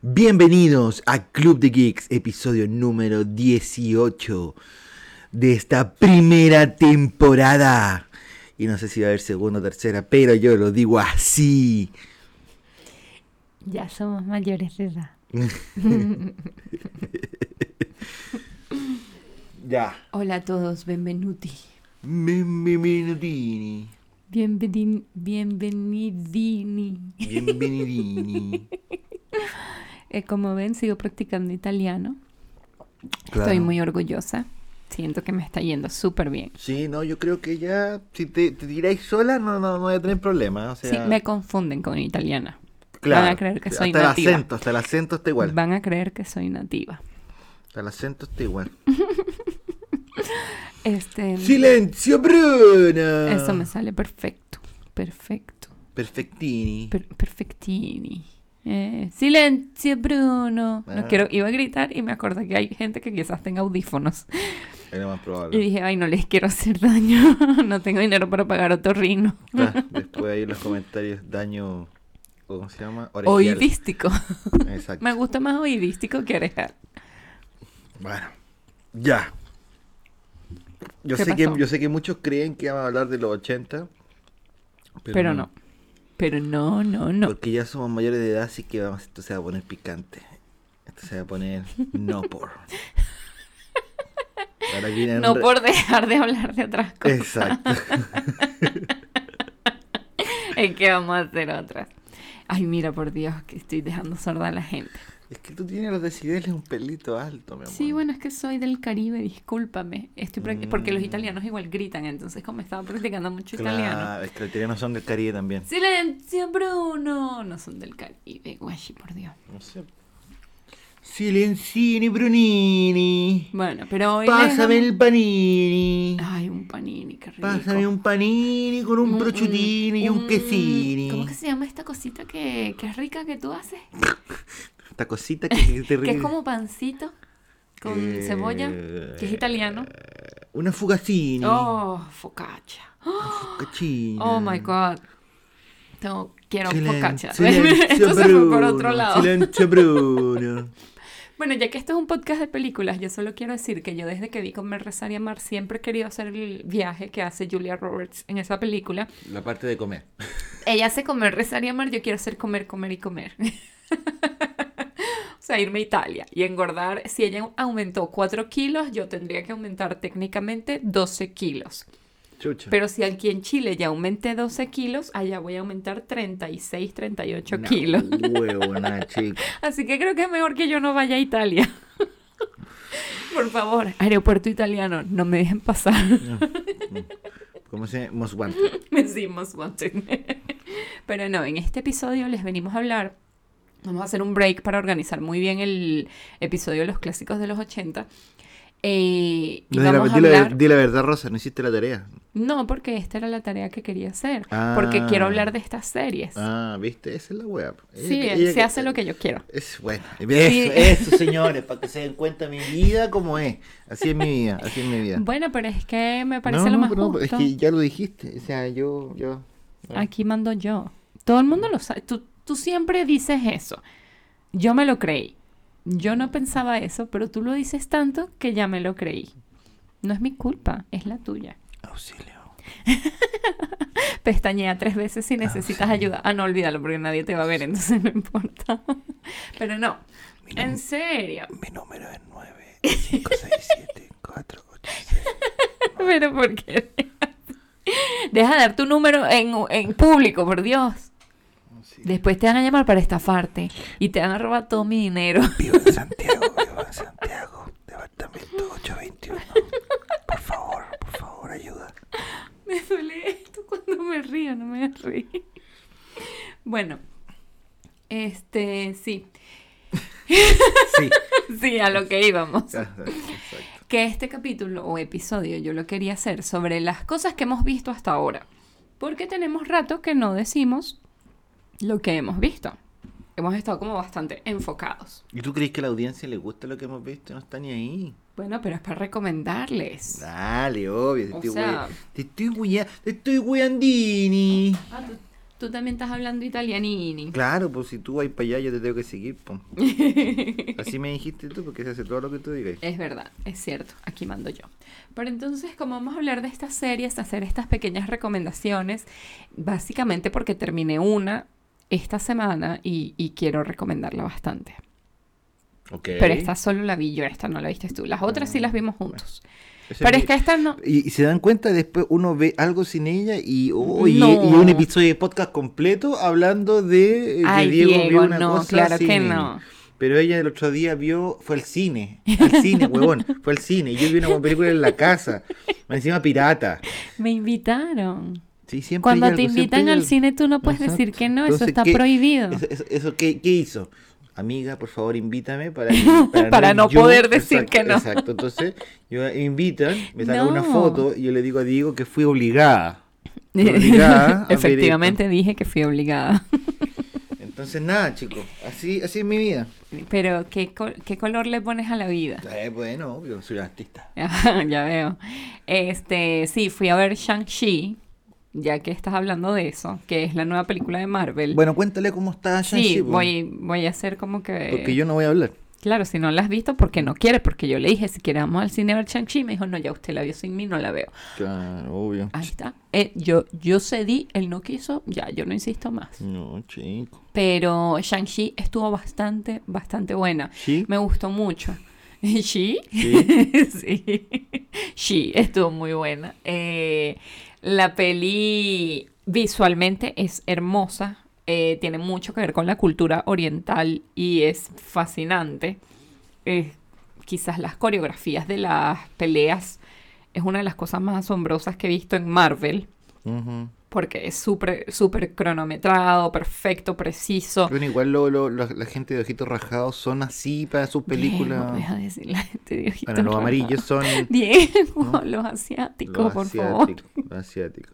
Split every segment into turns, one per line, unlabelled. Bienvenidos a Club de Geeks, episodio número 18 de esta primera temporada. Y no sé si va a haber segunda o tercera, pero yo lo digo así.
Ya somos mayores de edad.
Ya.
Hola a todos, benvenuti.
Me, me, menudini.
Bienvenidini. bienvenidini.
Bienvenidini.
Eh, como ven, sigo practicando italiano. Estoy
Claro.
muy orgullosa. Siento que me está yendo súper bien.
Sí, no, yo creo que ya, si te, te tiráis sola, no, no, no voy a tener problemas. O sea,
sí, me confunden con italiana.
claro,
van a creer que soy
Hasta
nativa.
el acento, hasta el acento está igual.
Van a creer que soy nativa.
Hasta el acento está igual.
Este,
¡Silencio, Bruna!
Eso me sale perfecto. Perfecto.
Perfectini.
per- perfectini. Eh, silencio, Bruno.
Ah.
No quiero, iba a gritar y me acordé que hay gente que quizás tenga audífonos.
Era más
Y
probable.
dije, ay, no les quiero hacer daño. no tengo dinero para pagar otro rino.
Ah, después ahí en los comentarios daño. ¿Cómo se llama? Orejear.
Oidístico.
Exacto.
Me gusta más oidístico que orejar.
Bueno, ya. Yo
¿Qué
sé, que,
pasó?
yo sé que muchos creen que vamos a hablar de los 80.
Pero, no. Pero no, no, no.
Porque ya somos mayores de edad, así que vamos, esto se va a poner picante. Esto se va a poner no por. Ahora vienen
No
re-
por dejar de hablar de otras cosas.
Exacto.
Es que vamos a hacer otras. Ay, mira, por Dios, que estoy dejando sorda a la gente.
Es que tú tienes los decibeles un pelito alto, mi amor.
Sí, bueno, es que soy del Caribe, discúlpame. Estoy practi- Porque los italianos igual gritan, entonces como estaba practicando mucho
Mm. Claro,
italiano.
es que los italianos son del Caribe también.
Silencio, Bruno. No son del Caribe, guachi, por Dios.
No sé. Silencini Brunini.
Bueno, pero hoy... les
Pásame
vamos-
el panini.
Ay, un panini, qué Ah, rico.
Pásame un panini con un
Mm,
brochutini y un
mm,
quesini.
¿Cómo que se llama esta cosita que, que es rica que tú haces?
Esta cosita que, que te
Que
ríe.
es como pancito con
Eh,
cebolla, que es italiano.
Una fugazzini.
Oh, focaccia.
Fugaccina.
Oh my god. Tengo- quiero
Silen-
focaccia.
silencio,
Esto se fue por
Bruno,
otro lado.
Silencio, Bruno.
Bueno, ya que esto es un podcast de películas, yo solo quiero decir que yo desde que vi Comer, Rezar y Amar siempre he querido hacer el viaje que hace Julia Roberts en esa película.
La parte de comer.
Ella hace Comer, Rezar y Amar, yo quiero hacer Comer, Comer y Comer. o sea, irme a Italia y engordar. Si ella aumentó 4 kilos, yo tendría que aumentar técnicamente 12 kilos.
Chucha.
Pero si aquí en Chile ya aumenté 12 kilos, allá voy a aumentar 36, 38
Una
kilos.
Huevona, chica.
Así que creo que es mejor que yo no vaya a Italia. Por favor, aeropuerto italiano, no me dejen pasar.
¿Cómo se llama? Most wanted.
Me decimos wanted. Pero no, en este episodio les venimos a hablar. Vamos a hacer un break para organizar muy bien el episodio de los clásicos de los 80. Eh, y
No, di la-
vamos a
di la-
hablar...
di la verdad, Rosa, no hiciste la tarea.
No, porque esta era la tarea que quería hacer.
Ah.
Porque quiero hablar de estas series.
Ah, Eh, viste, esa es la web.
Sí, eh, se hace lo que yo quiero.
Es bueno. Eso, eso, señores, para que se den cuenta mi vida como es. Así es mi vida, así es mi vida.
Bueno, pero es que me parece
No,
lo
no,
más
pero no,
justo.
Es que ya lo dijiste. O sea, yo, yo.
Aquí mando yo. Todo el mundo lo sabe. Tú, tú siempre dices eso. Yo me lo creí. Yo no pensaba eso, pero tú lo dices tanto que ya me lo creí. No es mi culpa, es la tuya.
Auxilio.
Pestañea tres veces si necesitas ayuda. Ah, no, olvídalo porque nadie te va a ver, entonces no importa. Pero no, en serio.
Mi número es 9, 5, 6, 7, 4, 8, 6.
Pero ¿por qué? Deja de dar tu número en, en público, por Dios. Después te van a llamar para estafarte y te van a robar todo mi dinero.
Vivo en Santiago, vivo en Santiago, departamento 821. Por favor, por favor, ayuda.
Me duele esto cuando me río, no me río. Bueno, este, sí,
Sí.
sí, a lo que íbamos.
Exacto.
Que este capítulo o episodio yo lo quería hacer sobre las cosas que hemos visto hasta ahora. Porque tenemos rato que no decimos lo que hemos visto. Hemos estado como bastante enfocados.
¿Y tú crees que a la audiencia le gusta lo que hemos visto? No está ni ahí.
Bueno, pero es para recomendarles.
Dale, obvio. Te
O
estoy, wea-
sea-
te estoy wea- te estoy weandini.
Ah, tú, Tú también estás hablando italianini.
Claro, pues si tú vas para allá, yo te tengo que seguir. po. Así me dijiste tú, porque se hace todo lo que tú digas.
Es verdad, es cierto, aquí mando yo. Pero entonces, como vamos a hablar de estas series, hacer estas pequeñas recomendaciones, básicamente porque terminé una esta semana y, y quiero recomendarla bastante.
Ok.
Pero esta solo la vi yo, esta no la viste tú. Las otras sí las vimos juntos.
Ah, Ese
Pero
mi- eh,
es que esta no...
Y, y se dan cuenta, después uno ve algo sin ella y, oh, y-
No.
y un episodio de podcast completo hablando de eh, que
Ay,
Diego, vio
Diego,
una
no,
cosa
claro que
sin-
no.
Pero ella el otro día vio, fue al cine, al cine, huevón, fue al cine. Yo vi una película en la casa, más encima pirata.
Me invitaron.
Sí, siempre hay
Cuando te
algo, siempre
invitan
hay
al
algo.
cine, tú no puedes decir
Exacto.
que no, eso
Entonces,
está
¿qué-
prohibido.
Eso, eso- eso, ¿qué, qué hizo? Amiga, por favor, invítame para, que-
Para no
yo-
poder decir que no.
Exacto, entonces yo me invitan, me sacan una
No.
foto y yo le digo a Diego que fui obligada. fui obligada a ver
Efectivamente dije que fui obligada.
esto. Entonces nada, chicos, así, así es mi vida.
Pero, ¿qué, co- qué color le pones a la vida?
Eh, bueno, obvio, soy un artista.
Ajá, ya veo. Este, sí, fui a ver Shang-Chi, ya que estás hablando de eso, que es la nueva película de Marvel.
Bueno, cuéntale cómo está Shang-Chi.
sí,
po,
voy, eh, voy a hacer como que...
Porque yo no voy a hablar.
Claro, si no la has visto, porque no quiere, porque yo le dije, si quiere vamos al cine a ver Shang-Chi, me dijo, no, ya usted la vio sin mí, no la veo.
Claro, obvio.
Ahí está. Eh, yo, yo cedí, él no quiso, ya, yo no insisto más.
No, chico.
Pero Shang-Chi estuvo bastante, bastante buena.
¿Sí?
Me gustó mucho. ¿Sí?
Sí.
sí. Sí, estuvo muy buena. Eh, la peli visualmente es hermosa. eh, tiene mucho que ver con la cultura oriental y es fascinante. Eh, quizás las coreografías de las peleas es una de las cosas más asombrosas que he visto en Marvel.
Ujú.
Porque es súper, súper cronometrado, perfecto, preciso.
Bueno, igual lo- lo- la, la gente de ojitos rajados son así para sus
Diego,
películas.
deja de decir la gente de pues, ojitos
Bueno, los
raros.
amarillos son
Diego,
¿No?
los asiáticos,
los
por favor.
asiáticos. Los asiáticos.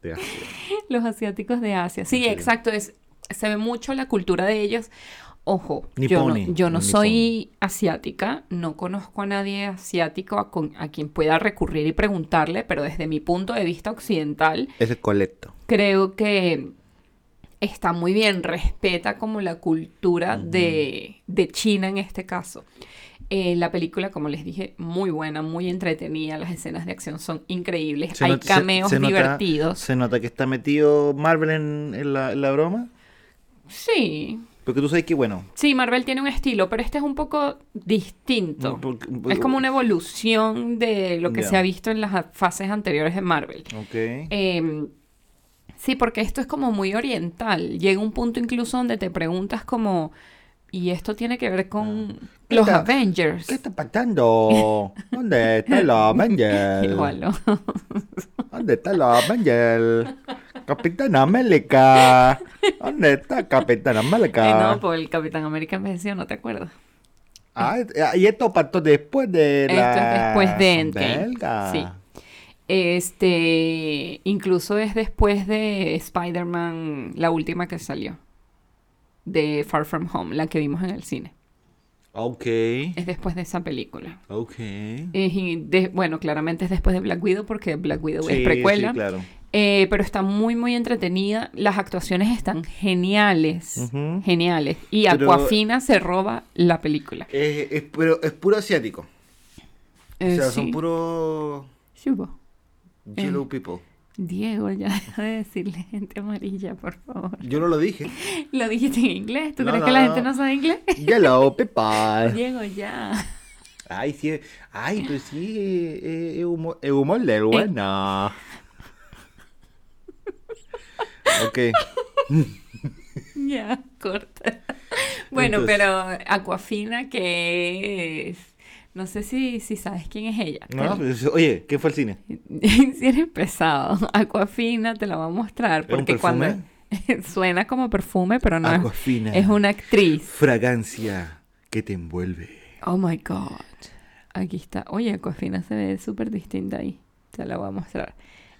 de Asia.
Los asiáticos de Asia. Sí,
Sí.
exacto. Es, se ve mucho la cultura de ellos. Ojo, yo no,
Nipone,
yo no
un
soy asiática, no conozco a nadie asiático a, con- a quien pueda recurrir y preguntarle, pero desde mi punto de vista occidental,
Ese es colecto.
creo que está muy bien, respeta como la cultura de, de China en este caso. Eh, la película, como les dije, muy buena, muy entretenida, las escenas de acción son increíbles, hay
nota-
cameos
se nota-
divertidos.
se nota que está metido Marvel en, en la, en la broma.
Sí,
Porque tú sabes que, bueno.
sí, Marvel tiene un estilo, pero este es un poco distinto.
porque-
Es como una evolución de lo que
Ya.
se ha visto en las a- fases anteriores de Marvel.
Ok.
Em, sí, porque esto es como muy oriental. Llega un punto incluso donde te preguntas como, ¿y esto tiene que ver con
¿Qué
los
está-
Avengers?
¿Qué está pasando? ¿Dónde está la Avengers?
Igual, ¿no?
¿Dónde está la Avengers? Capitán América. ¿Dónde está Capitán América?
Eh, no, por el Capitán América me decía, no te acuerdas.
Ah, es- ah, y esto pasó después de
Esto es
la...
después de Endgame,
Belga.
sí. Este, incluso es después de Spider-Man, la última que salió, de Far From Home, la que vimos en el cine.
Ok,
Es después de esa película.
ok.
Es y de- bueno, claramente es después de Black Widow porque Black Widow
Sí,
es precuela.
sí, claro.
Eh, pero está muy, muy entretenida. Las actuaciones están geniales.
Ujú.
Geniales. Y
Pero-
Aquafina se roba la película.
Eh, es, pero es puro asiático.
Eh,
o sea,
sí. Eh.
son puro
Sí, bo.
yellow people.
Diego, ya deja de decirle gente amarilla, por favor.
Yo no lo dije.
¿Lo dijiste en inglés? ¿Tú
No,
crees
no,
que la
no.
gente no sabe inglés?
Yellow people.
Diego, ya.
Ay, sí. Ay, pero sí. Es eh, eh, humor, eh, humor del bueno. Ok.
Ya, corta. Bueno,
Entonces-
pero Aquafina, que es. No sé si, si sabes quién es ella. Te
No,
la-
pues, oye, ¿qué fue el cine?
Si eres pesado, Aquafina te la va a mostrar
¿Es un
porque cuando suena como perfume, pero no es-
Aquafina.
es una actriz.
Fragancia que te envuelve.
Oh my god. Aquí está. Oye, Aquafina se ve súper distinta ahí. Te la voy a mostrar.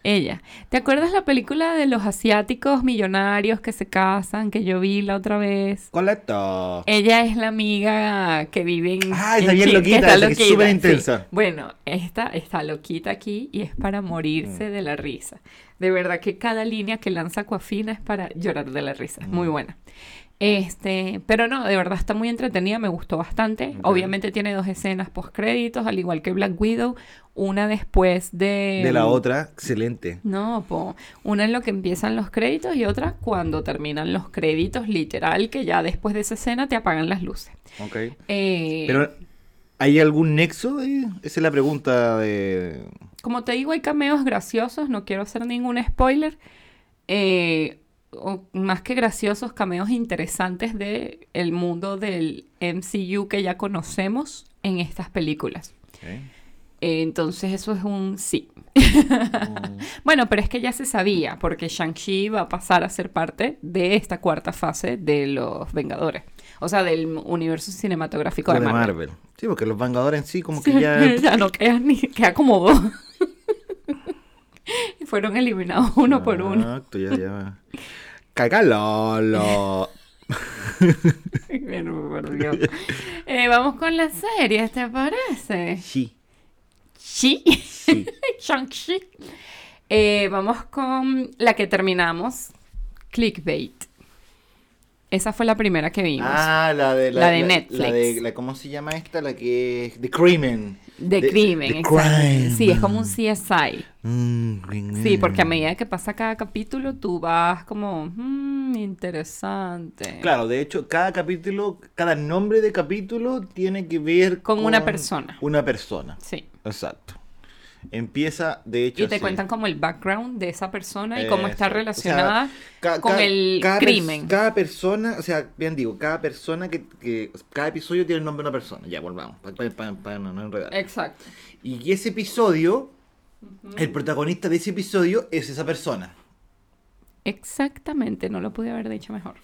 Ella. ¿Te acuerdas la película de los asiáticos millonarios que se casan que yo vi la otra vez?
Coleto.
Ella es la amiga que vive en.
Ah,
en
está bien
Chile,
loquita,
está
esa que es
loquita,
súper
sí.
intensa. Mm.
Bueno, esta está loquita aquí y es para morirse de la risa. De verdad que cada línea que lanza Coafina es para llorar de la risa. Es Muy
Mm.
buena. Este, pero no, de verdad está muy entretenida, me gustó bastante.
Ok.
Obviamente tiene dos escenas post créditos, al igual que Black Widow, una después de mm,
De la otra, excelente.
No, po. Una en lo que empiezan los créditos y otra cuando terminan los créditos, literal, que ya después de esa escena te apagan las luces.
Ok.
Eh,
Pero, ¿hay algún nexo ahí? Esa es la pregunta de...
Como te digo, hay cameos graciosos, no quiero hacer ningún spoiler. eh, o más que graciosos, cameos interesantes de el mundo del MCU que ya conocemos en estas películas. Eh, entonces eso es un sí.
Mm.
Bueno, pero es que ya se sabía, porque Shang-Chi va a pasar a ser parte de esta cuarta fase de los Vengadores. O sea, del universo cinematográfico
Con
de
de
Marvel.
Marvel. Sí, porque los Vengadores en sí como que
Sí,
ya...
no queda ni queda como dos. Y Fueron eliminados uno por uno.
Exacto, ya, ya. Cacalolo.
Ay, bueno, por Dios. Eh, vamos con las series, ¿te parece?
Sí,
Sí,
sí.
Shang-Chi. Eh, vamos con la que terminamos, Clickbait. Esa fue la primera que vimos.
Ah, la de,
La de Netflix.
La de, la- ¿Cómo se llama esta? La que es de crimen.
de,
de-
crimen,
de
exacto.
crime.
Sí, es como un CSI.
Mm, crimen.
Sí, porque a medida que pasa cada capítulo, tú vas como, "Mm, interesante.
Claro, de hecho, cada capítulo, cada nombre de capítulo tiene que ver
Con una persona.
Una persona,
Sí.
exacto. Empieza, de hecho,
Y te
sí.
cuentan como el background de esa persona y cómo está
Exacto. Este, O sea,
relacionada
ca-
con
ca-
el
cada pers-
crimen.
Cada persona, o sea, bien digo, cada persona que, que- cada episodio tiene el nombre de una persona. Ya, volvamos, para no, no enredar.
Exacto.
Y ese episodio, el protagonista de ese episodio es esa persona.
Exactamente, no lo pude haber dicho mejor.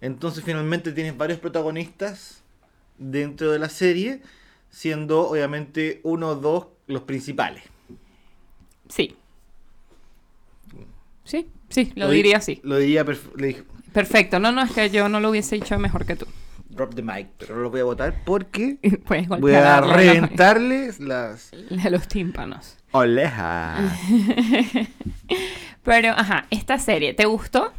Entonces finalmente tienes varios protagonistas dentro de la serie, siendo obviamente uno o dos los principales.
Sí. Sí, sí, lo,
di-
diría así.
Lo diría, perf- le dije,
Perfecto. No, no, es que yo no lo hubiese dicho mejor que tú.
drop the mic, pero no lo voy a votar porque
Puedes
voy a
golpear a
reventarles las
a los tímpanos.
olejas.
Pero, ajá, esta serie, ¿te gustó?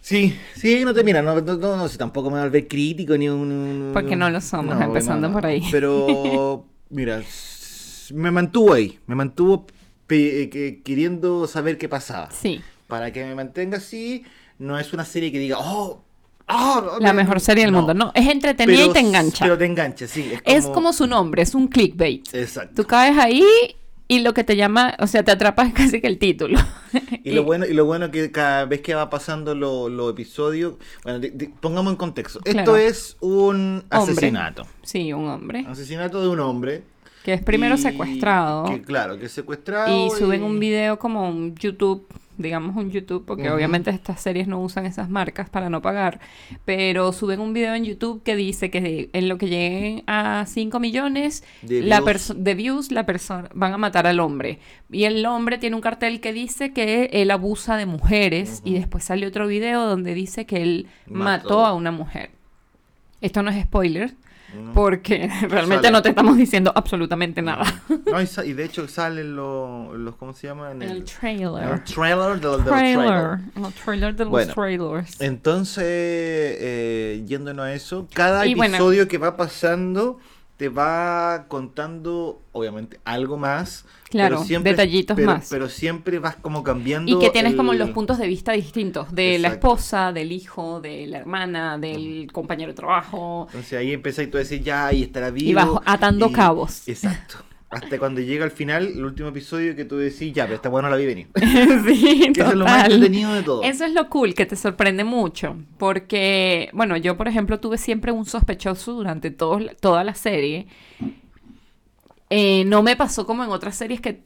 Sí, sí, no te mira, no, no, no, no, si tampoco me va a volver crítico ni un- un...
Porque no lo somos, empezando por ahí.
Pero, mira, s- me mantuvo ahí, me mantuvo pe- eh, que- queriendo saber qué pasaba.
Sí.
Para que me mantenga así, no es una serie que diga, oh, ah,
La
me-
mejor serie del
no,
mundo. No, es entretenida
pero
y te
s-
engancha.
Pero te engancha, sí. Es como...
Es como su nombre, es un clickbait.
Exacto.
Tú caes ahí y lo que te llama, o sea, te atrapas casi que el título.
Y lo bueno, y lo bueno que cada vez que va pasando lo- los episodios, bueno, de- de- pongamos en contexto. Esto
Claro.
es un
Hombre.
asesinato.
Sí, un hombre.
Asesinato de un hombre.
Que es primero
y-
secuestrado.
que, claro, que es secuestrado.
Y suben un video como un YouTube, digamos un YouTube, porque
Ujú.
obviamente estas series no usan esas marcas para no pagar, pero suben un video en YouTube que dice que de- en lo que lleguen a 5 millones
De
la
views.
perso- de views, la persona van a matar al hombre. Y el hombre tiene un cartel que dice que él abusa de mujeres y después sale otro video donde dice que él mató,
Mató.
a una mujer. Esto no es spoiler.
No.
Porque realmente
Sale.
no te estamos diciendo absolutamente nada.
No, y, sa- y de hecho salen los, los. ¿Cómo se llama? En
En el
el, en
trailer.
el trailer de, los- de los
trailer.
trailers.
El trailer de los
Bueno,
trailers.
Entonces, eh, yéndonos a eso, cada
Y bueno.
episodio que va pasando te va contando, obviamente, algo más.
Claro, detallitos
pero-
más.
Pero siempre vas como cambiando.
Y que tienes como
el-
los puntos de vista distintos de la
Exacto.
esposa, del hijo, de la hermana, del compañero de trabajo.
Entonces ahí empezáis tú a decir, ya, ahí estará vivo.
vas atando cabos.
Exacto. Hasta cuando llega al final, el último episodio que tú decís, ya, pero esta bueno la vi venir.
sí,
Que eso es lo más
total.
entretenido de todo.
Eso es lo cool, que te sorprende mucho, porque, bueno, yo por ejemplo tuve siempre un sospechoso durante todo- toda la serie. Eh, no me pasó como en otras series que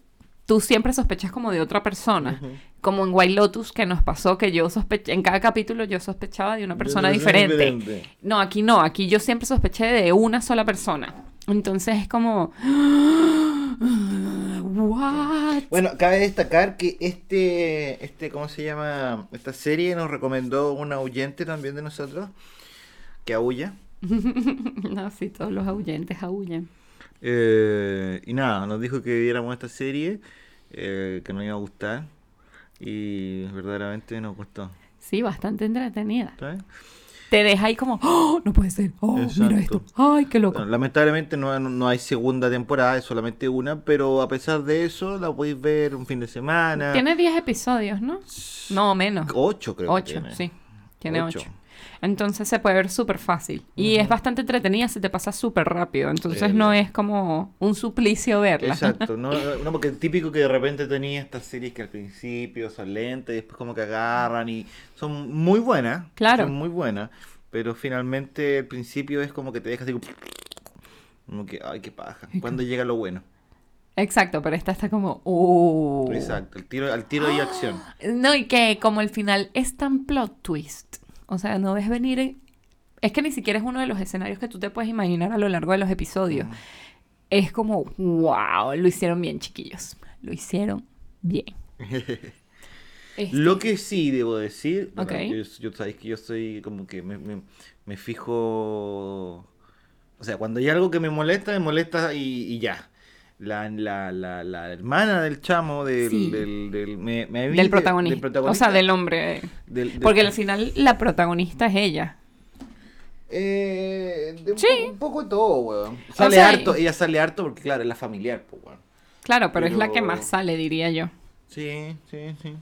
tú siempre sospechas como de otra persona,
Ujú.
como en White Lotus que nos pasó que yo sospechaba, en cada capítulo yo sospechaba de una persona
Entonces, es
diferente. No, aquí no, aquí yo siempre sospeché de una sola persona. Entonces es como... ¿What?
Bueno, cabe destacar que este, este, ¿cómo se llama? Esta serie nos recomendó un oyente también de nosotros, que aúlla.
No, sí, todos los ahuyentes aullan.
Eh, y nada, nos dijo que viéramos esta serie eh, que no iba a gustar y verdaderamente nos gustó.
Sí, bastante entretenida.
¿está bien?
Te deja ahí como, ¡Oh, no puede ser, oh, mira
Exacto.
esto, ay, qué loco.
Bueno, lamentablemente no, no hay segunda temporada, es solamente una, pero a pesar de eso la podéis ver un fin de semana.
Tiene 10 episodios, ¿no? No, menos.
Ocho creo. que
8,
tiene.
sí. Tiene
Ocho.
8. Entonces se puede ver súper fácil. Y es bastante entretenida, se te pasa súper rápido. Entonces
Eh,
no es como un suplicio verla.
Exacto, no, no, porque típico que de repente tenía estas series que al principio son lentas y después como que agarran y son muy buenas.
Claro.
Son muy buenas, pero finalmente al principio es como que te dejas así como, como que, ay, qué paja. ¿Cuándo llega lo bueno?
Exacto, pero esta está como, ¡oh!
Exacto, al tiro, al tiro y acción.
No, y que como el final es tan plot twist. O sea, no ves venir. en- Es que ni siquiera es uno de los escenarios que tú te puedes imaginar a lo largo de los episodios. Es como, wow, lo hicieron bien, chiquillos. Lo hicieron bien. Este,
Lo que sí debo decir, bueno,
Ok.
yo, yo- sabéis que yo soy como que me, me- me fijo, o sea, cuando hay algo que me molesta, me molesta y, y ya. La, la, la, la hermana del chamo del,
Sí.
del, del- me- me vi de-
del protagonista. O sea, del hombre.
del- del-
Porque al final la protagonista es ella.
Eh, de un
Sí.
poco- un poco de todo, weón. Sale
sea,
harto, ella sale harto porque claro, es la familiar, pues, weón.
Claro, pero, es la que
Pero-
más sale, diría yo.
Sí, sí, sí.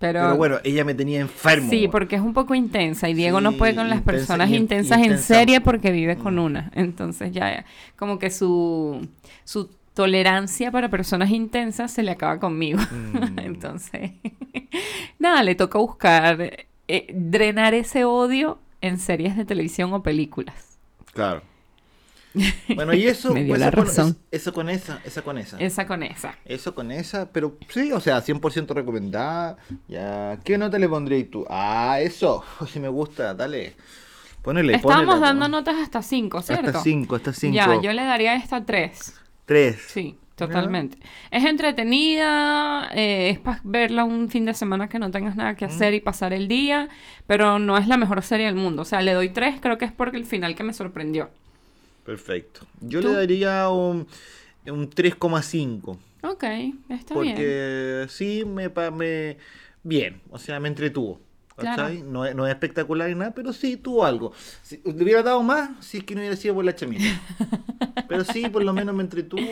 Pero,
Pero, bueno, ella me tenía enfermo.
sí,
weón.
porque es un poco intensa y Diego no
Sí,
puede con las
intensa-
personas
in-
intensas en
intensa. Mm.
serie porque vive con una. Entonces ya como que su, su tolerancia para personas intensas se le acaba conmigo.
Mm.
Entonces, nada, le toca buscar eh, drenar ese odio en series de televisión o películas.
Claro. Bueno, y eso, pues,
Me dio
eso
la
con,
razón.
es- eso con esa, esa con esa.
Esa con esa.
Eso con esa, pero sí, o sea, 100% recomendada. Ya, ¿qué nota le pondrías tú? Ah, eso, si me gusta, dale. Ponele,
Estábamos
ponele,
dando
¿no? Ah,
notas hasta 5, ¿cierto?
Hasta 5, hasta 5.
Ya, yo le daría esta 3.
3.
Sí, totalmente. Es entretenida, eh, es para verla un fin de semana que no tengas nada
Mm.
que hacer y pasar el día, pero no es la mejor serie del mundo. O sea, le doy 3, creo que es porque el final que me sorprendió.
Perfecto. Yo
¿Tú?
le daría un, un 3,5.
Ok, está bien.
Porque sí, me, pa- me. Bien, o sea, me entretuvo.
Claro.
¿cachai? No, es- no es espectacular ni nada, pero sí tuvo algo. Si, le hubiera dado más si es que no hubiera sido por la chamita. pero sí, por lo menos me entretuvo,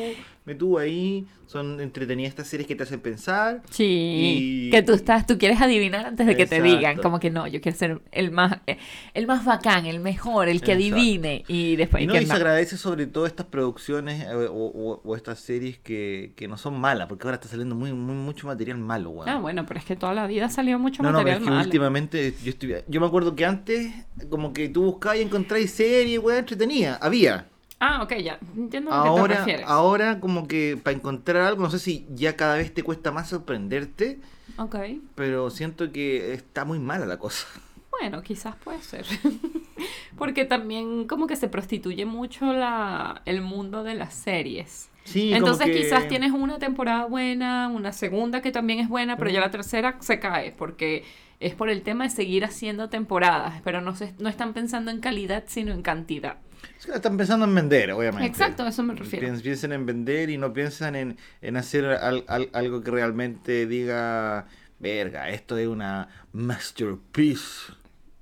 me tuvo ahí. Son entretenidas estas series que te hacen pensar.
Sí,
Y-
que tú estás, tú quieres adivinar antes de que te digan,
Exacto.
como que no, yo quiero ser el más, eh, el más bacán, el mejor, el que
Exacto.
adivine Pues, y después
Y, no,
que
y se
no.
agradece sobre todo estas producciones eh, o, o- o estas series que, que no son malas, porque ahora está saliendo muy, muy mucho material malo, weón.
Ah, bueno, pero es que toda la vida salió mucho
No, no, pero
material
es que
malo.
últimamente yo estuve- Yo me acuerdo que antes, como que tú buscabas y encontrabas series, weón, entretenida. Había.
Ah, ok, ya. Entiendo a lo que te
Ahora,
refieres.
ahora como que para encontrar algo, no sé si ya cada vez te cuesta más sorprenderte,
Ok.
pero siento que está muy mala la cosa.
Bueno, quizás puede ser. Porque también como que se prostituye mucho la, el mundo de las series.
Sí, como
Entonces
que-
quizás tienes una temporada buena, una segunda que también es buena, pero ya la tercera se cae porque es por el tema de seguir haciendo temporadas, pero no, se, no están pensando en calidad sino en cantidad.
Es que la están pensando en vender, obviamente.
Exacto, a eso me refiero.
Piens- piensan en vender y no piensan en, en hacer al- al- algo que realmente diga, verga, esto es una masterpiece.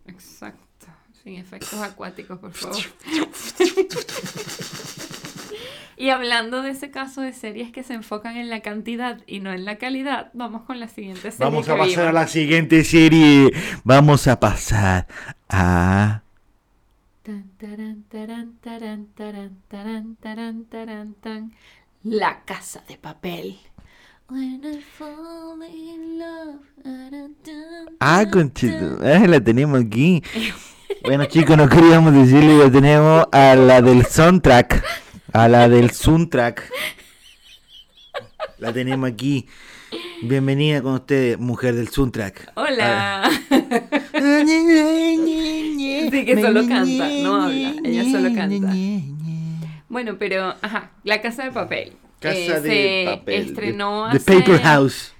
Exacto. Sin efectos acuáticos, por favor. y hablando de ese caso de series que se enfocan en la cantidad y no en la calidad, vamos con la siguiente serie.
Vamos
que
a pasar
vimos.
a la siguiente serie. Vamos a pasar a.
Tan, taran, taran, taran, taran, taran, taran, taran, tan. La casa de papel. When I fall in love, taran, tan,
Ah,
tan,
conchito. Ah, la tenemos aquí. Bueno, chicos, no queríamos decirle que tenemos a la del soundtrack. A la del soundtrack. La tenemos aquí. Bienvenida con ustedes, mujer del soundtrack.
Hola. Sí, que solo canta, no habla, ella solo canta. Bueno, pero, ajá, La Casa de Papel. Eh, se Estrenó
The
hace...
Paper House.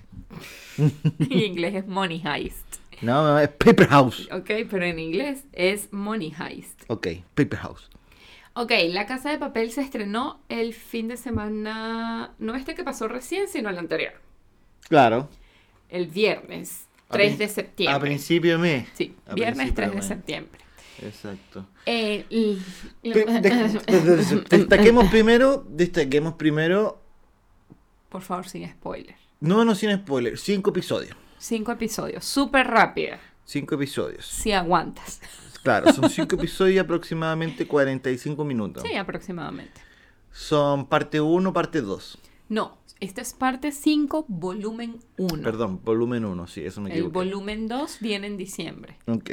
En inglés es Money Heist.
No, no, es Paper House.
Ok, pero en inglés es Money Heist.
Ok, Paper House.
Ok, La Casa de Papel se estrenó el fin de semana, no este que pasó recién, sino el anterior,
Claro.
el viernes
A
3
prin-
de
A
septiembre.
principio de mes.
Sí,
a
viernes
principio
3 de
mes.
septiembre.
Exacto.
Eh, y-
Pe- de- de- de- Destaquemos primero, destaquemos primero,
Por favor, sin spoiler.
no, no sin spoiler, cinco episodios.
Cinco episodios, súper rápida,
Cinco episodios.
si aguantas.
Claro, son cinco episodios y aproximadamente 45 minutos.
Sí, aproximadamente.
Son parte 1, parte 2.
No, esta es parte 5, volumen 1.
Perdón, volumen 1, sí, eso me
El
equivoqué.
volumen 2 viene en diciembre,
Ok,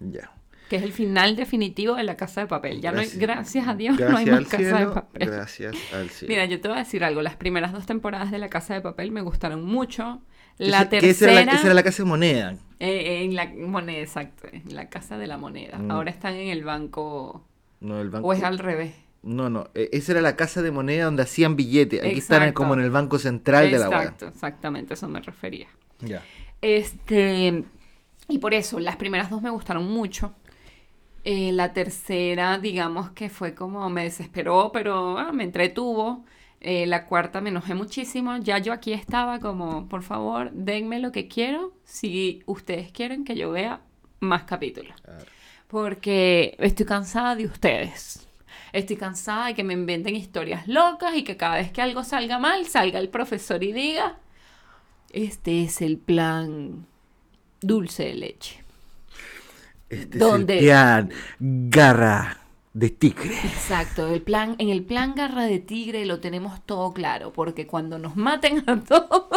ya.
que es el final definitivo de La Casa de Papel. Pues Ya no hay, gracias a Dios no hay
Gracias
más
al
Casa de
cielo,
Papel.
Gracias al cielo.
Mira, yo te voy a decir algo. Las primeras dos temporadas de La Casa de Papel me gustaron mucho.
Que
La
se- que esa era
tercera...
la- esa era la casa de moneda.
eh, en la moneda, exacto. En la Casa de la Moneda.
Mm.
Ahora están en el banco...
No, el banco.
O es al revés.
No, no, e- esa era la casa de moneda donde hacían billetes. Aquí están
Exacto.
como en el banco central de la hueá.
Exacto, exactamente, eso me refería.
Ya.
Este, y por eso, las primeras dos me gustaron mucho. Eh, la tercera, digamos que fue como me desesperó, pero ah, me entretuvo. Eh, la cuarta me enojé muchísimo. Ya yo aquí estaba como, por favor, denme lo que quiero si ustedes quieren que yo vea más capítulos.
Claro.
Porque estoy cansada de ustedes. Estoy cansada de que me inventen historias locas y que cada vez que algo salga mal, salga el profesor y diga, este es el plan dulce de leche.
Este
¿Dónde?
es el plan garra de tigre.
Exacto, el plan, en el plan garra de tigre lo tenemos todo claro, porque cuando nos maten a todos,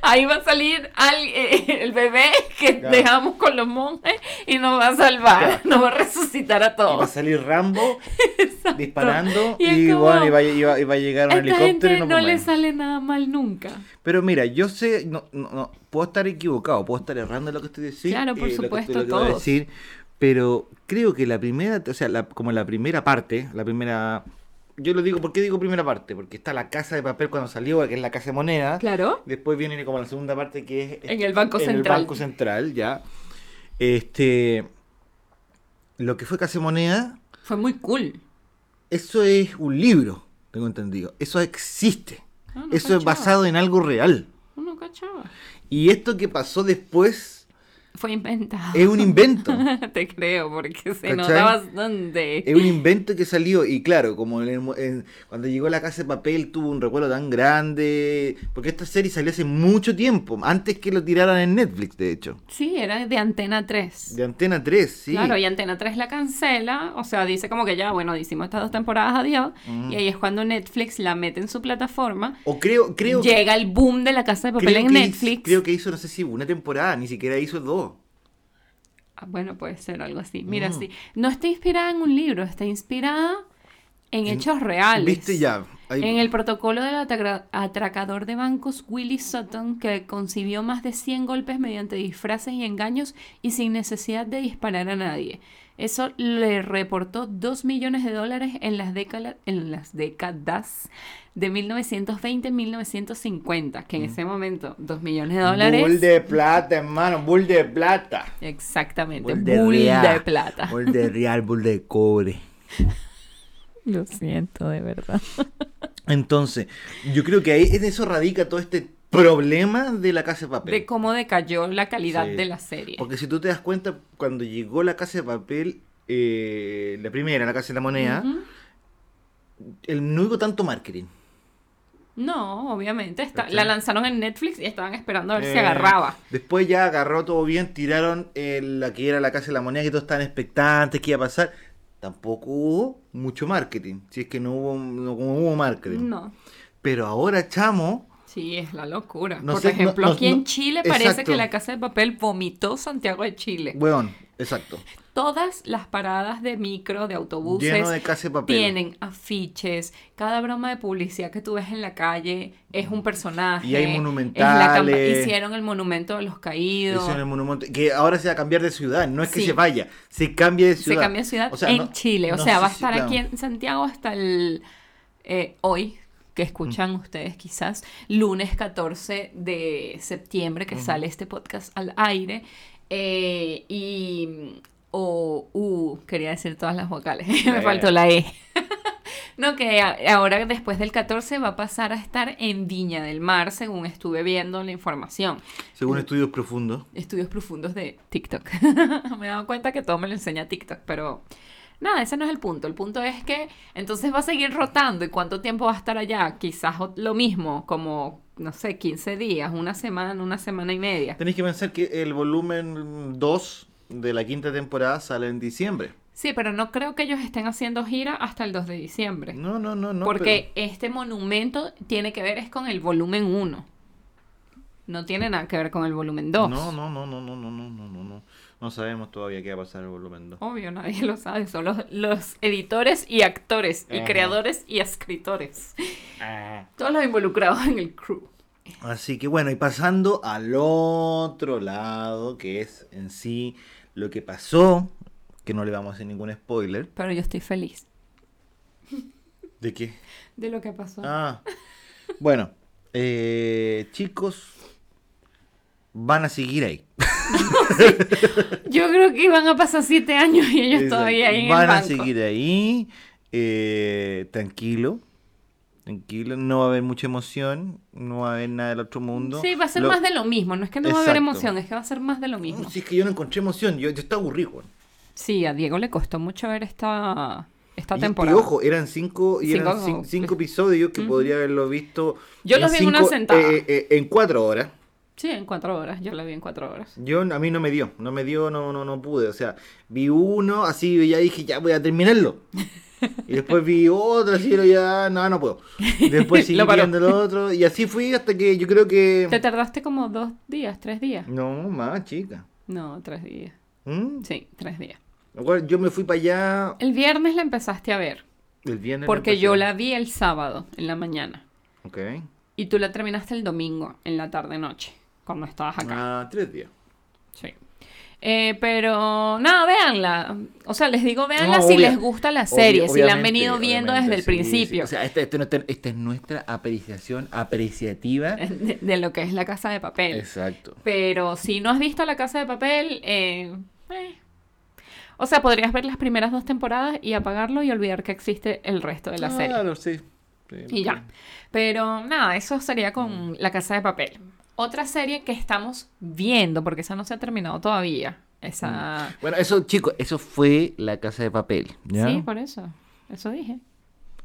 ahí va a salir al- eh, el bebé que
Claro.
dejamos con los monjes y nos va a salvar, nos va a resucitar a
Y va a
todos.
salir Rambo disparando
Y
y,
es como,
bueno, y va, y va- y va a llegar
A
un
esta
helicóptero
gente
y
no,
nos va a
le
matar.
sale nada mal nunca.
Pero mira, yo sé, no, no, no, puedo estar equivocado, puedo estar errando en lo que estoy diciendo.
Claro, por
eh, lo que
supuesto,
estoy- lo que voy a
todos.
decir, pero creo que la primera, o sea, la- como la primera parte, la primera... Yo lo digo, ¿por qué digo primera parte? Porque está la casa de papel cuando salió, que es la casa de moneda.
Claro.
Después viene como la segunda parte que es...
En el Banco
en
Central.
el Banco Central, ya. Este... Lo que fue Casa de Moneda,
Fue muy cool.
eso es un libro, tengo entendido. Eso existe.
Ah, no
eso es
cachaba.
basado en algo real.
Uno cachaba.
Y esto que pasó después
Fue inventado.
es un invento.
Te creo, porque se
¿Cachai?
nota bastante.
Es un invento que salió. Y claro, como en el mo- en- cuando llegó la casa de papel tuvo un recuerdo tan grande. Porque esta serie salió hace mucho tiempo. Antes que lo tiraran en Netflix, de hecho.
Sí, era de Antena 3.
De Antena 3, sí.
Claro, y Antena 3 la cancela, o sea, dice como que ya, bueno, hicimos estas dos temporadas, adiós.
Mm.
Y ahí es cuando Netflix la mete en su plataforma.
O creo, creo
Llega el boom de la casa de papel
creo
en
que hizo-
Netflix.
creo que hizo, no sé si una temporada, ni siquiera hizo dos.
Ah, Bueno, puede ser algo así. Mira,
Mm.
sí. No está inspirada en un libro, está inspirada en
En-
hechos reales.
Viste ya. ahí-
En el protocolo del atagra- atracador de bancos Willie Sutton, que concibió más de 100 golpes mediante disfraces y engaños y sin necesidad de disparar a nadie. Eso le reportó 2 millones de dólares en las, décala- en las décadas de 1920-1950, que en ese momento 2 millones de dólares...
Mm. Bull de plata, hermano, bull de plata.
Exactamente,
Bull
bull
de
de,
real.
plata.
Bull de real, bull de cobre.
Lo siento, de verdad.
Entonces, yo creo que ahí en eso radica todo este problema de la casa de papel.
De cómo decayó la calidad
Sí.
de la serie.
Porque si tú te das cuenta, cuando llegó la casa de papel, eh, la primera, la casa de la moneda,
Ujú.
el, no hubo tanto marketing.
No, obviamente. está-
¿Cachai?
la lanzaron en Netflix y estaban esperando a ver si
Eh,
agarraba.
Después ya agarró todo bien, tiraron eh, la que era la casa de la moneda, que todos estaban expectantes, que iba a pasar. Tampoco hubo mucho marketing. Si es que no hubo, no hubo marketing.
No.
Pero ahora, chamo,
Sí, es la locura.
No
Por
sé,
ejemplo,
no- no-
aquí
no-
en Chile parece
exacto.
que la Casa de Papel vomitó Santiago de Chile.
weón, exacto.
Todas las paradas de micro,
Lleno
de
de
autobuses,
casa de papel.
tienen afiches. Cada broma de publicidad que tú ves en la calle es un personaje.
Y hay
es la campa-
monumentales.
Hicieron el monumento de los caídos.
Eso en el monumento, que ahora se va a cambiar de ciudad, no es que
Sí.
se vaya, se cambia de
Se
ciudad.
cambió de ciudad
O sea,
en
no-
Chile. O
no
sea,
sé
va a
si-
estar
claro.
aquí en Santiago hasta el eh, hoy, que escuchan
Mm.
ustedes quizás, lunes 14 de septiembre, que sale este podcast al aire. Eh, y O U, quería decir todas las vocales.
Ya,
Me
ya,
faltó
ya.
la E. no, que a- ahora después del 14 va a pasar a estar en Viña del Mar, según estuve viendo la información.
Según estudios profundos.
Estudios profundos de TikTok. me he dado cuenta que todo me lo enseña TikTok, pero nada, ese no es el punto. El punto es que entonces va a seguir rotando y cuánto tiempo va a estar allá. Quizás ot- lo mismo, como, no sé, 15 días, una semana, una semana y media.
Tenéis que pensar que el volumen 2 de la quinta temporada sale en diciembre.
Sí, pero no creo que ellos estén haciendo gira hasta el 2 de diciembre.
No, no, no, no.
porque este monumento tiene que ver es con el volumen 1. No tiene nada que ver con el volumen
pero-
2.
No, no, no, no, no, no, no, no, no, no. No sabemos todavía qué va a pasar el volumen 2.
Obvio, nadie lo sabe. Son los, los editores y actores y
Ajá.
creadores y escritores. Todos los involucrados en el crew.
Así que bueno, y pasando al otro lado, que es en sí lo que pasó, que no le vamos a hacer ningún spoiler.
Pero yo estoy feliz
¿De qué?
de lo que pasó.
Ah, bueno, eh, chicos, van a seguir ahí.
Yo creo que iban a pasar siete años y ellos
Exacto.
todavía ahí en
Van
el
a
banco.
seguir ahí, eh, tranquilo, tranquilo, no va a haber mucha emoción, no va a haber nada del otro mundo.
Sí, va a ser
Lo-
más de lo mismo. No es que no va a haber
Exacto.
emoción, es que va a ser más de lo mismo.
No, si es que yo no encontré emoción, yo, yo estaba aburrido. weón.
Sí, a Diego le costó mucho ver esta, esta
Y-
temporada.
Y ojo, eran cinco, y eran
Cinco-
cin- cinco, episodios que podría haberlo visto.
Yo los vi en una sentada.
eh, eh, en cuatro horas.
Sí, en cuatro horas. Yo la vi en cuatro horas.
Yo a mí no me dio, no me dio, no, no, no pude. O sea, vi uno, así y ya dije, ya voy a terminarlo. Y después vi otro, así y ya, no, no puedo. Después seguí
Lo paró.
viendo el otro. Y así fui hasta que yo creo
Te
que.
tardaste como dos días, tres días.
No, más chica.
No, tres días.
¿Mm?
Sí, tres días.
Bueno, Yo me fui para allá
El viernes la empezaste a ver.
el viernes.
Porque yo la
pasado.
vi el sábado en la mañana
Ok.
y tú la terminaste el domingo en la tarde noche cuando estabas acá.
Ah, tres días.
Sí. Eh, pero nada, véanla. O sea, les digo, véanla
No,
si
obvia-
les gusta la
Obvi-
serie, si la han
obviamente,
venido viendo
obviamente,
desde el
sí, sí.
principio
O sea, esta, esta no está- esta es nuestra apreciación apreciativa.
de, de lo que es la casa de papel.
Exacto.
Pero si no has visto la casa de papel, eh, eh. o sea, podrías ver las primeras dos temporadas y apagarlo y olvidar que existe el resto de la serie.
Claro, sí. Sí,
Y ya. Pero nada, eso sería
Mm.
con La Casa de Papel. Otra serie que estamos viendo, porque esa no se ha terminado todavía. Esa.
Bueno, eso, chicos, eso fue la casa de papel. ¿ya?
Sí, por eso. Eso dije.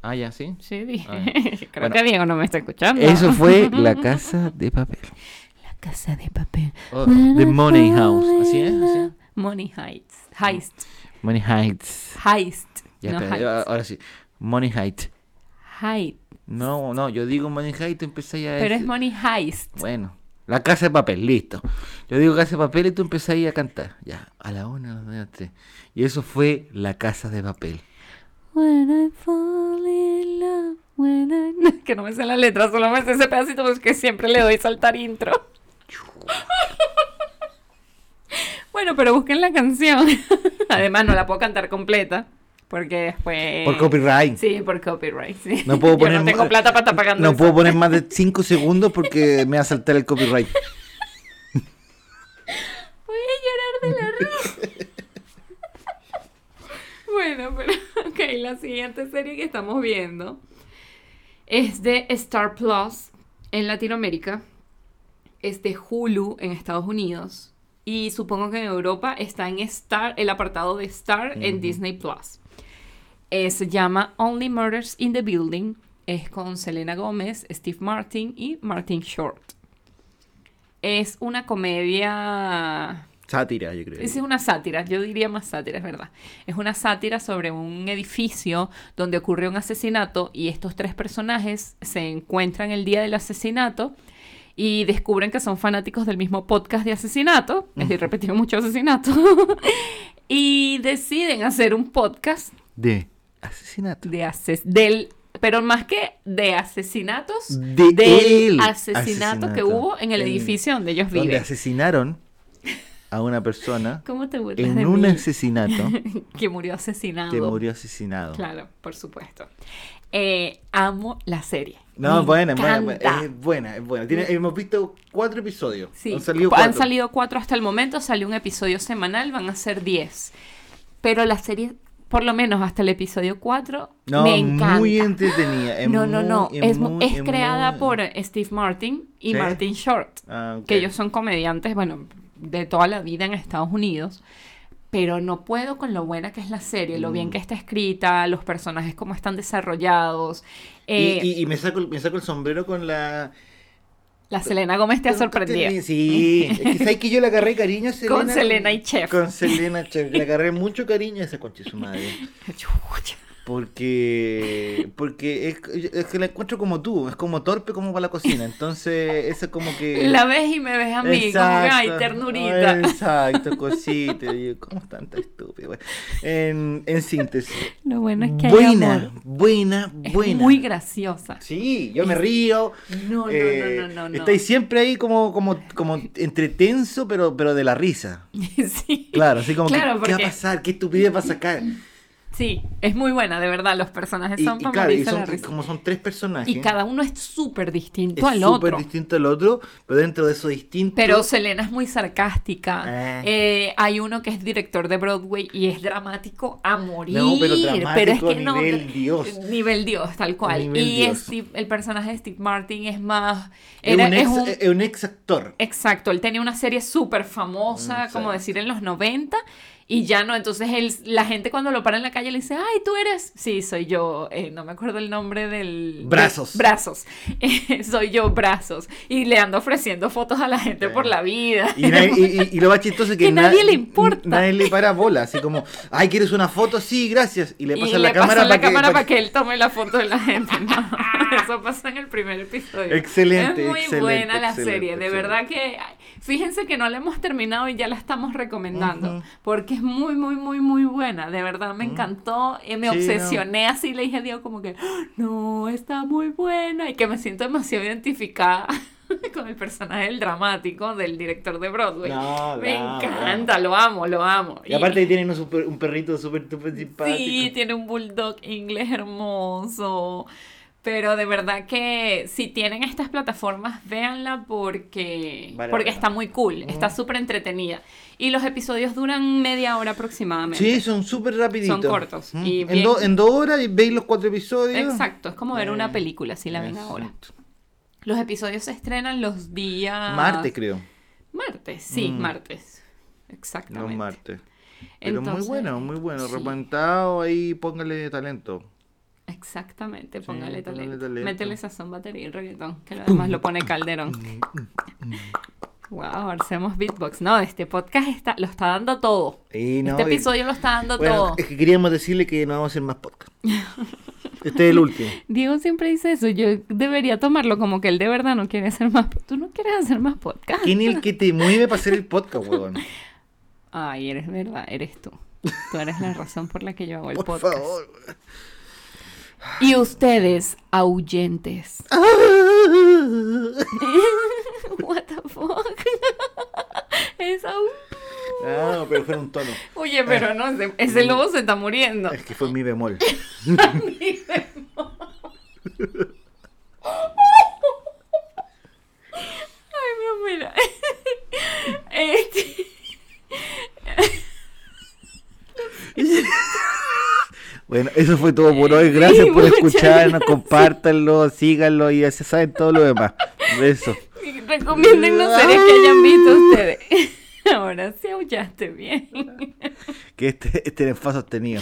Ah, ya, sí.
Sí, dije.
Ah.
Creo
Bueno.
que Diego no me está escuchando.
Eso fue la casa de papel.
La Casa de Papel.
Oh, the Money House. ¿Así es? ¿Así es?
Money Heights. Heist.
Money Heights.
Heist.
Ya,
no
espera,
Heights.
ahora sí. Money Heights.
Height.
No, no, yo digo Money Heights, tú empecé a
Pero es
decir-
Money Heist.
Bueno, la casa de papel, listo. Yo digo casa de papel y tú empecé ahí a cantar. Ya, a la una, a las dos, a las tres. Y eso fue la casa de papel.
When I fall in love, when I- Que no me sé la letra, solo me sé ese pedacito porque siempre le doy saltar intro. bueno, pero busquen la canción. Además, no la puedo cantar completa. Porque después.
Por copyright.
Eh, Sí, por copyright. sí.
No puedo
Yo
poner
no
ma-
tengo plata para estar pagando.
No
eso.
puedo poner más de 5 segundos porque me va a saltar el copyright.
Voy a llorar de la risa. bueno, pero ok, la siguiente serie que estamos viendo es de Star Plus en Latinoamérica, es de Hulu en Estados Unidos y supongo que en Europa está en Star, el apartado de Star en Disney Plus. Eh, se llama Only Murders in the Building. Es con Selena Gómez, Steve Martin y Martin Short. Es una comedia
Sátira, yo creo.
esa es una sátira, yo diría más sátira, es verdad. Es una sátira sobre un edificio donde ocurre un asesinato y estos tres personajes se encuentran el día del asesinato y descubren que son fanáticos del mismo podcast de asesinato, es decir, repetimos mucho asesinato, y deciden hacer un podcast
De asesinato.
de ases del pero más que de asesinatos,
De el
del asesinato, que
asesinato.
hubo en el
En-
edificio donde ellos
Donde
viven.
asesinaron a una persona
¿Cómo te burlas de
en un
mí?
asesinato
que murió asesinado.
que murió asesinado.
Claro, por supuesto. Eh, amo la serie.
No,
Me
buena, buena,
encanta.
buena, es buena, es buena. Tiene- hemos visto cuatro episodios.
Sí,
Han salido
han
cuatro.
salido cuatro hasta el momento, salió un episodio semanal, van a ser diez. Pero la serie, por lo menos hasta el episodio 4,
No,
me encanta.
muy entretenida. es
no, no,
muy-
no. Es, mu-
muy-
es creada
muy-
por Steve Martin y
¿Sí?
Martin Short,
Ah, ok.
que ellos son comediantes, bueno, de toda la vida en Estados Unidos. Pero no puedo con lo buena que es la serie, lo bien
Mm.
que está escrita, los personajes cómo están desarrollados.
Y-
eh,
y, y me, saco, el- me saco el sombrero con la...
la Selena Gómez te ha sorprendido.
Sí, es que sabes que yo le agarré cariño a Selena.
Con Selena y Chef.
Con Selena y Chef. Le agarré mucho cariño a esa concha de su madre.
Chucha.
Porque, porque es, es que la encuentro como tú, es como torpe como para la cocina. Entonces, eso es como que...
La ves y me ves a mí, como que, ay, ternurita.
Exacto, cosita. y yo, ¿Cómo están tan estúpido? Bueno, en, en síntesis.
Lo bueno es que hay
buena,
amor.
buena,
Es
buena.
muy graciosa.
Sí, yo me río.
No, no,
eh,
no, no, no, no.
Estáis siempre ahí como, como, como entretenso, pero, pero de la risa.
sí.
Claro, así como, que,
Claro,
¿qué va
porque-
a pasar? ¿Qué estupidez va a sacar?
sí, es muy buena, de verdad. Los personajes
Y,
son
y
para
claro, y
morirse la
son-
risa.
como son tres personajes,
Y cada uno es súper distinto
es
al
súper
otro.
distinto al otro, pero dentro de eso distinto.
Pero Selena es muy sarcástica.
Ah.
Eh, hay uno que es director de Broadway y es dramático a morir.
No, pero
es
dramático
que
a
no,
nivel Dios.
Nivel Dios, tal cual.
Nivel
y
Dios.
Steve- el personaje de Steve Martin es más.
es,
era-
un
es
ex, eh,
un-
es un ex actor.
Exacto, él tenía una serie súper famosa,
Mm,
como
sí.
decir en los 90, y ya no, entonces él, la gente cuando lo para en la calle le dice, ay, tú eres, sí, soy yo, eh, no me acuerdo el nombre del...
Brazos.
de- brazos, Eh, soy yo, brazos, y le ando ofreciendo fotos a la gente
Sí.
por la vida.
Y, nadie- y- y- y lo más chistoso es que,
Que
na-
nadie le importa.
Nadie le para bola, así como, ay, ¿quieres una foto? Sí, gracias. Y le
Y
pasa la
le
cámara
pasan la
para que,
cámara
pa'
para que él tome la foto de la gente. No, eso pasó en el primer episodio.
Excelente,
Es muy
excelente,
buena la
excelente,
serie. De
excelente.
verdad que. ay, Fíjense que no la hemos terminado y ya la estamos recomendando.
Ujú.
Porque es muy, muy, muy, muy buena. De verdad me
Ujú.
encantó. eh, me
Sí, no.
obsesioné así. Le dije a Dios, como que. "Ah, No, está muy buena. Y que me siento demasiado identificada con el personaje del dramático del director de Broadway.
No,
me
bravo,
encanta, lo amo, lo amo.
Y aparte tienen un, super- un perrito súper súper simpático.
Sí, tiene un bulldog inglés hermoso. Pero de verdad que si tienen estas plataformas, véanla porque,
Vale la
porque
pena.
está muy cool, está súper entretenida. Y los episodios duran media hora aproximadamente.
Sí, son súper rapiditos.
Son cortos
Mm.
y
en,
bien-
do- en dos horas y veis los cuatro episodios.
Exacto, es como ver una
Eh,
película si la ven ahora.
Exacto.
Los episodios se estrenan los días...
Martes, creo.
Martes, sí,
Mm.
martes.
No
Exactamente.
martes. Pero
Entonces,
muy bueno, muy bueno.
sí.
Replantado ahí, póngale talento.
Exactamente,
Sí,
póngale
póngale
talento.
talento.
Métele sazón, batería y reggaetón, que lo demás lo pone Calderón.
Mm,
wow, ahora hacemos beatbox. No, este podcast está, lo está dando todo.
Y no,
este
y-
episodio lo está dando
bueno,
todo.
es que queríamos decirle que no vamos a hacer más podcast. Este es el último.
Diego siempre dice eso. Yo debería tomarlo como que él de verdad no quiere hacer más. Tú no quieres hacer más podcast.
¿Quién es el que te mueve para hacer el podcast, huevón?
Ay, eres verdad, eres tú. Tú eres la razón por la que yo hago el
Por
podcast.
favor. weón.
Y ustedes, ahuyentes.
Ah,
What the fuck? es ahu-
Ah, pero fue un tono.
Oye, pero no, ese, ese lobo se está muriendo.
Es que fue mi bemol.
Ay, mi mira. Este,
Bueno, eso fue todo por hoy. Gracias
Sí,
por
muchas
escucharnos. Compártanlo, síganlo y ya se saben todo lo demás. Besos.
recomienden las series que hayan visto ustedes. Ahora sí aullaste bien.
Que este, este era en fa sostenido.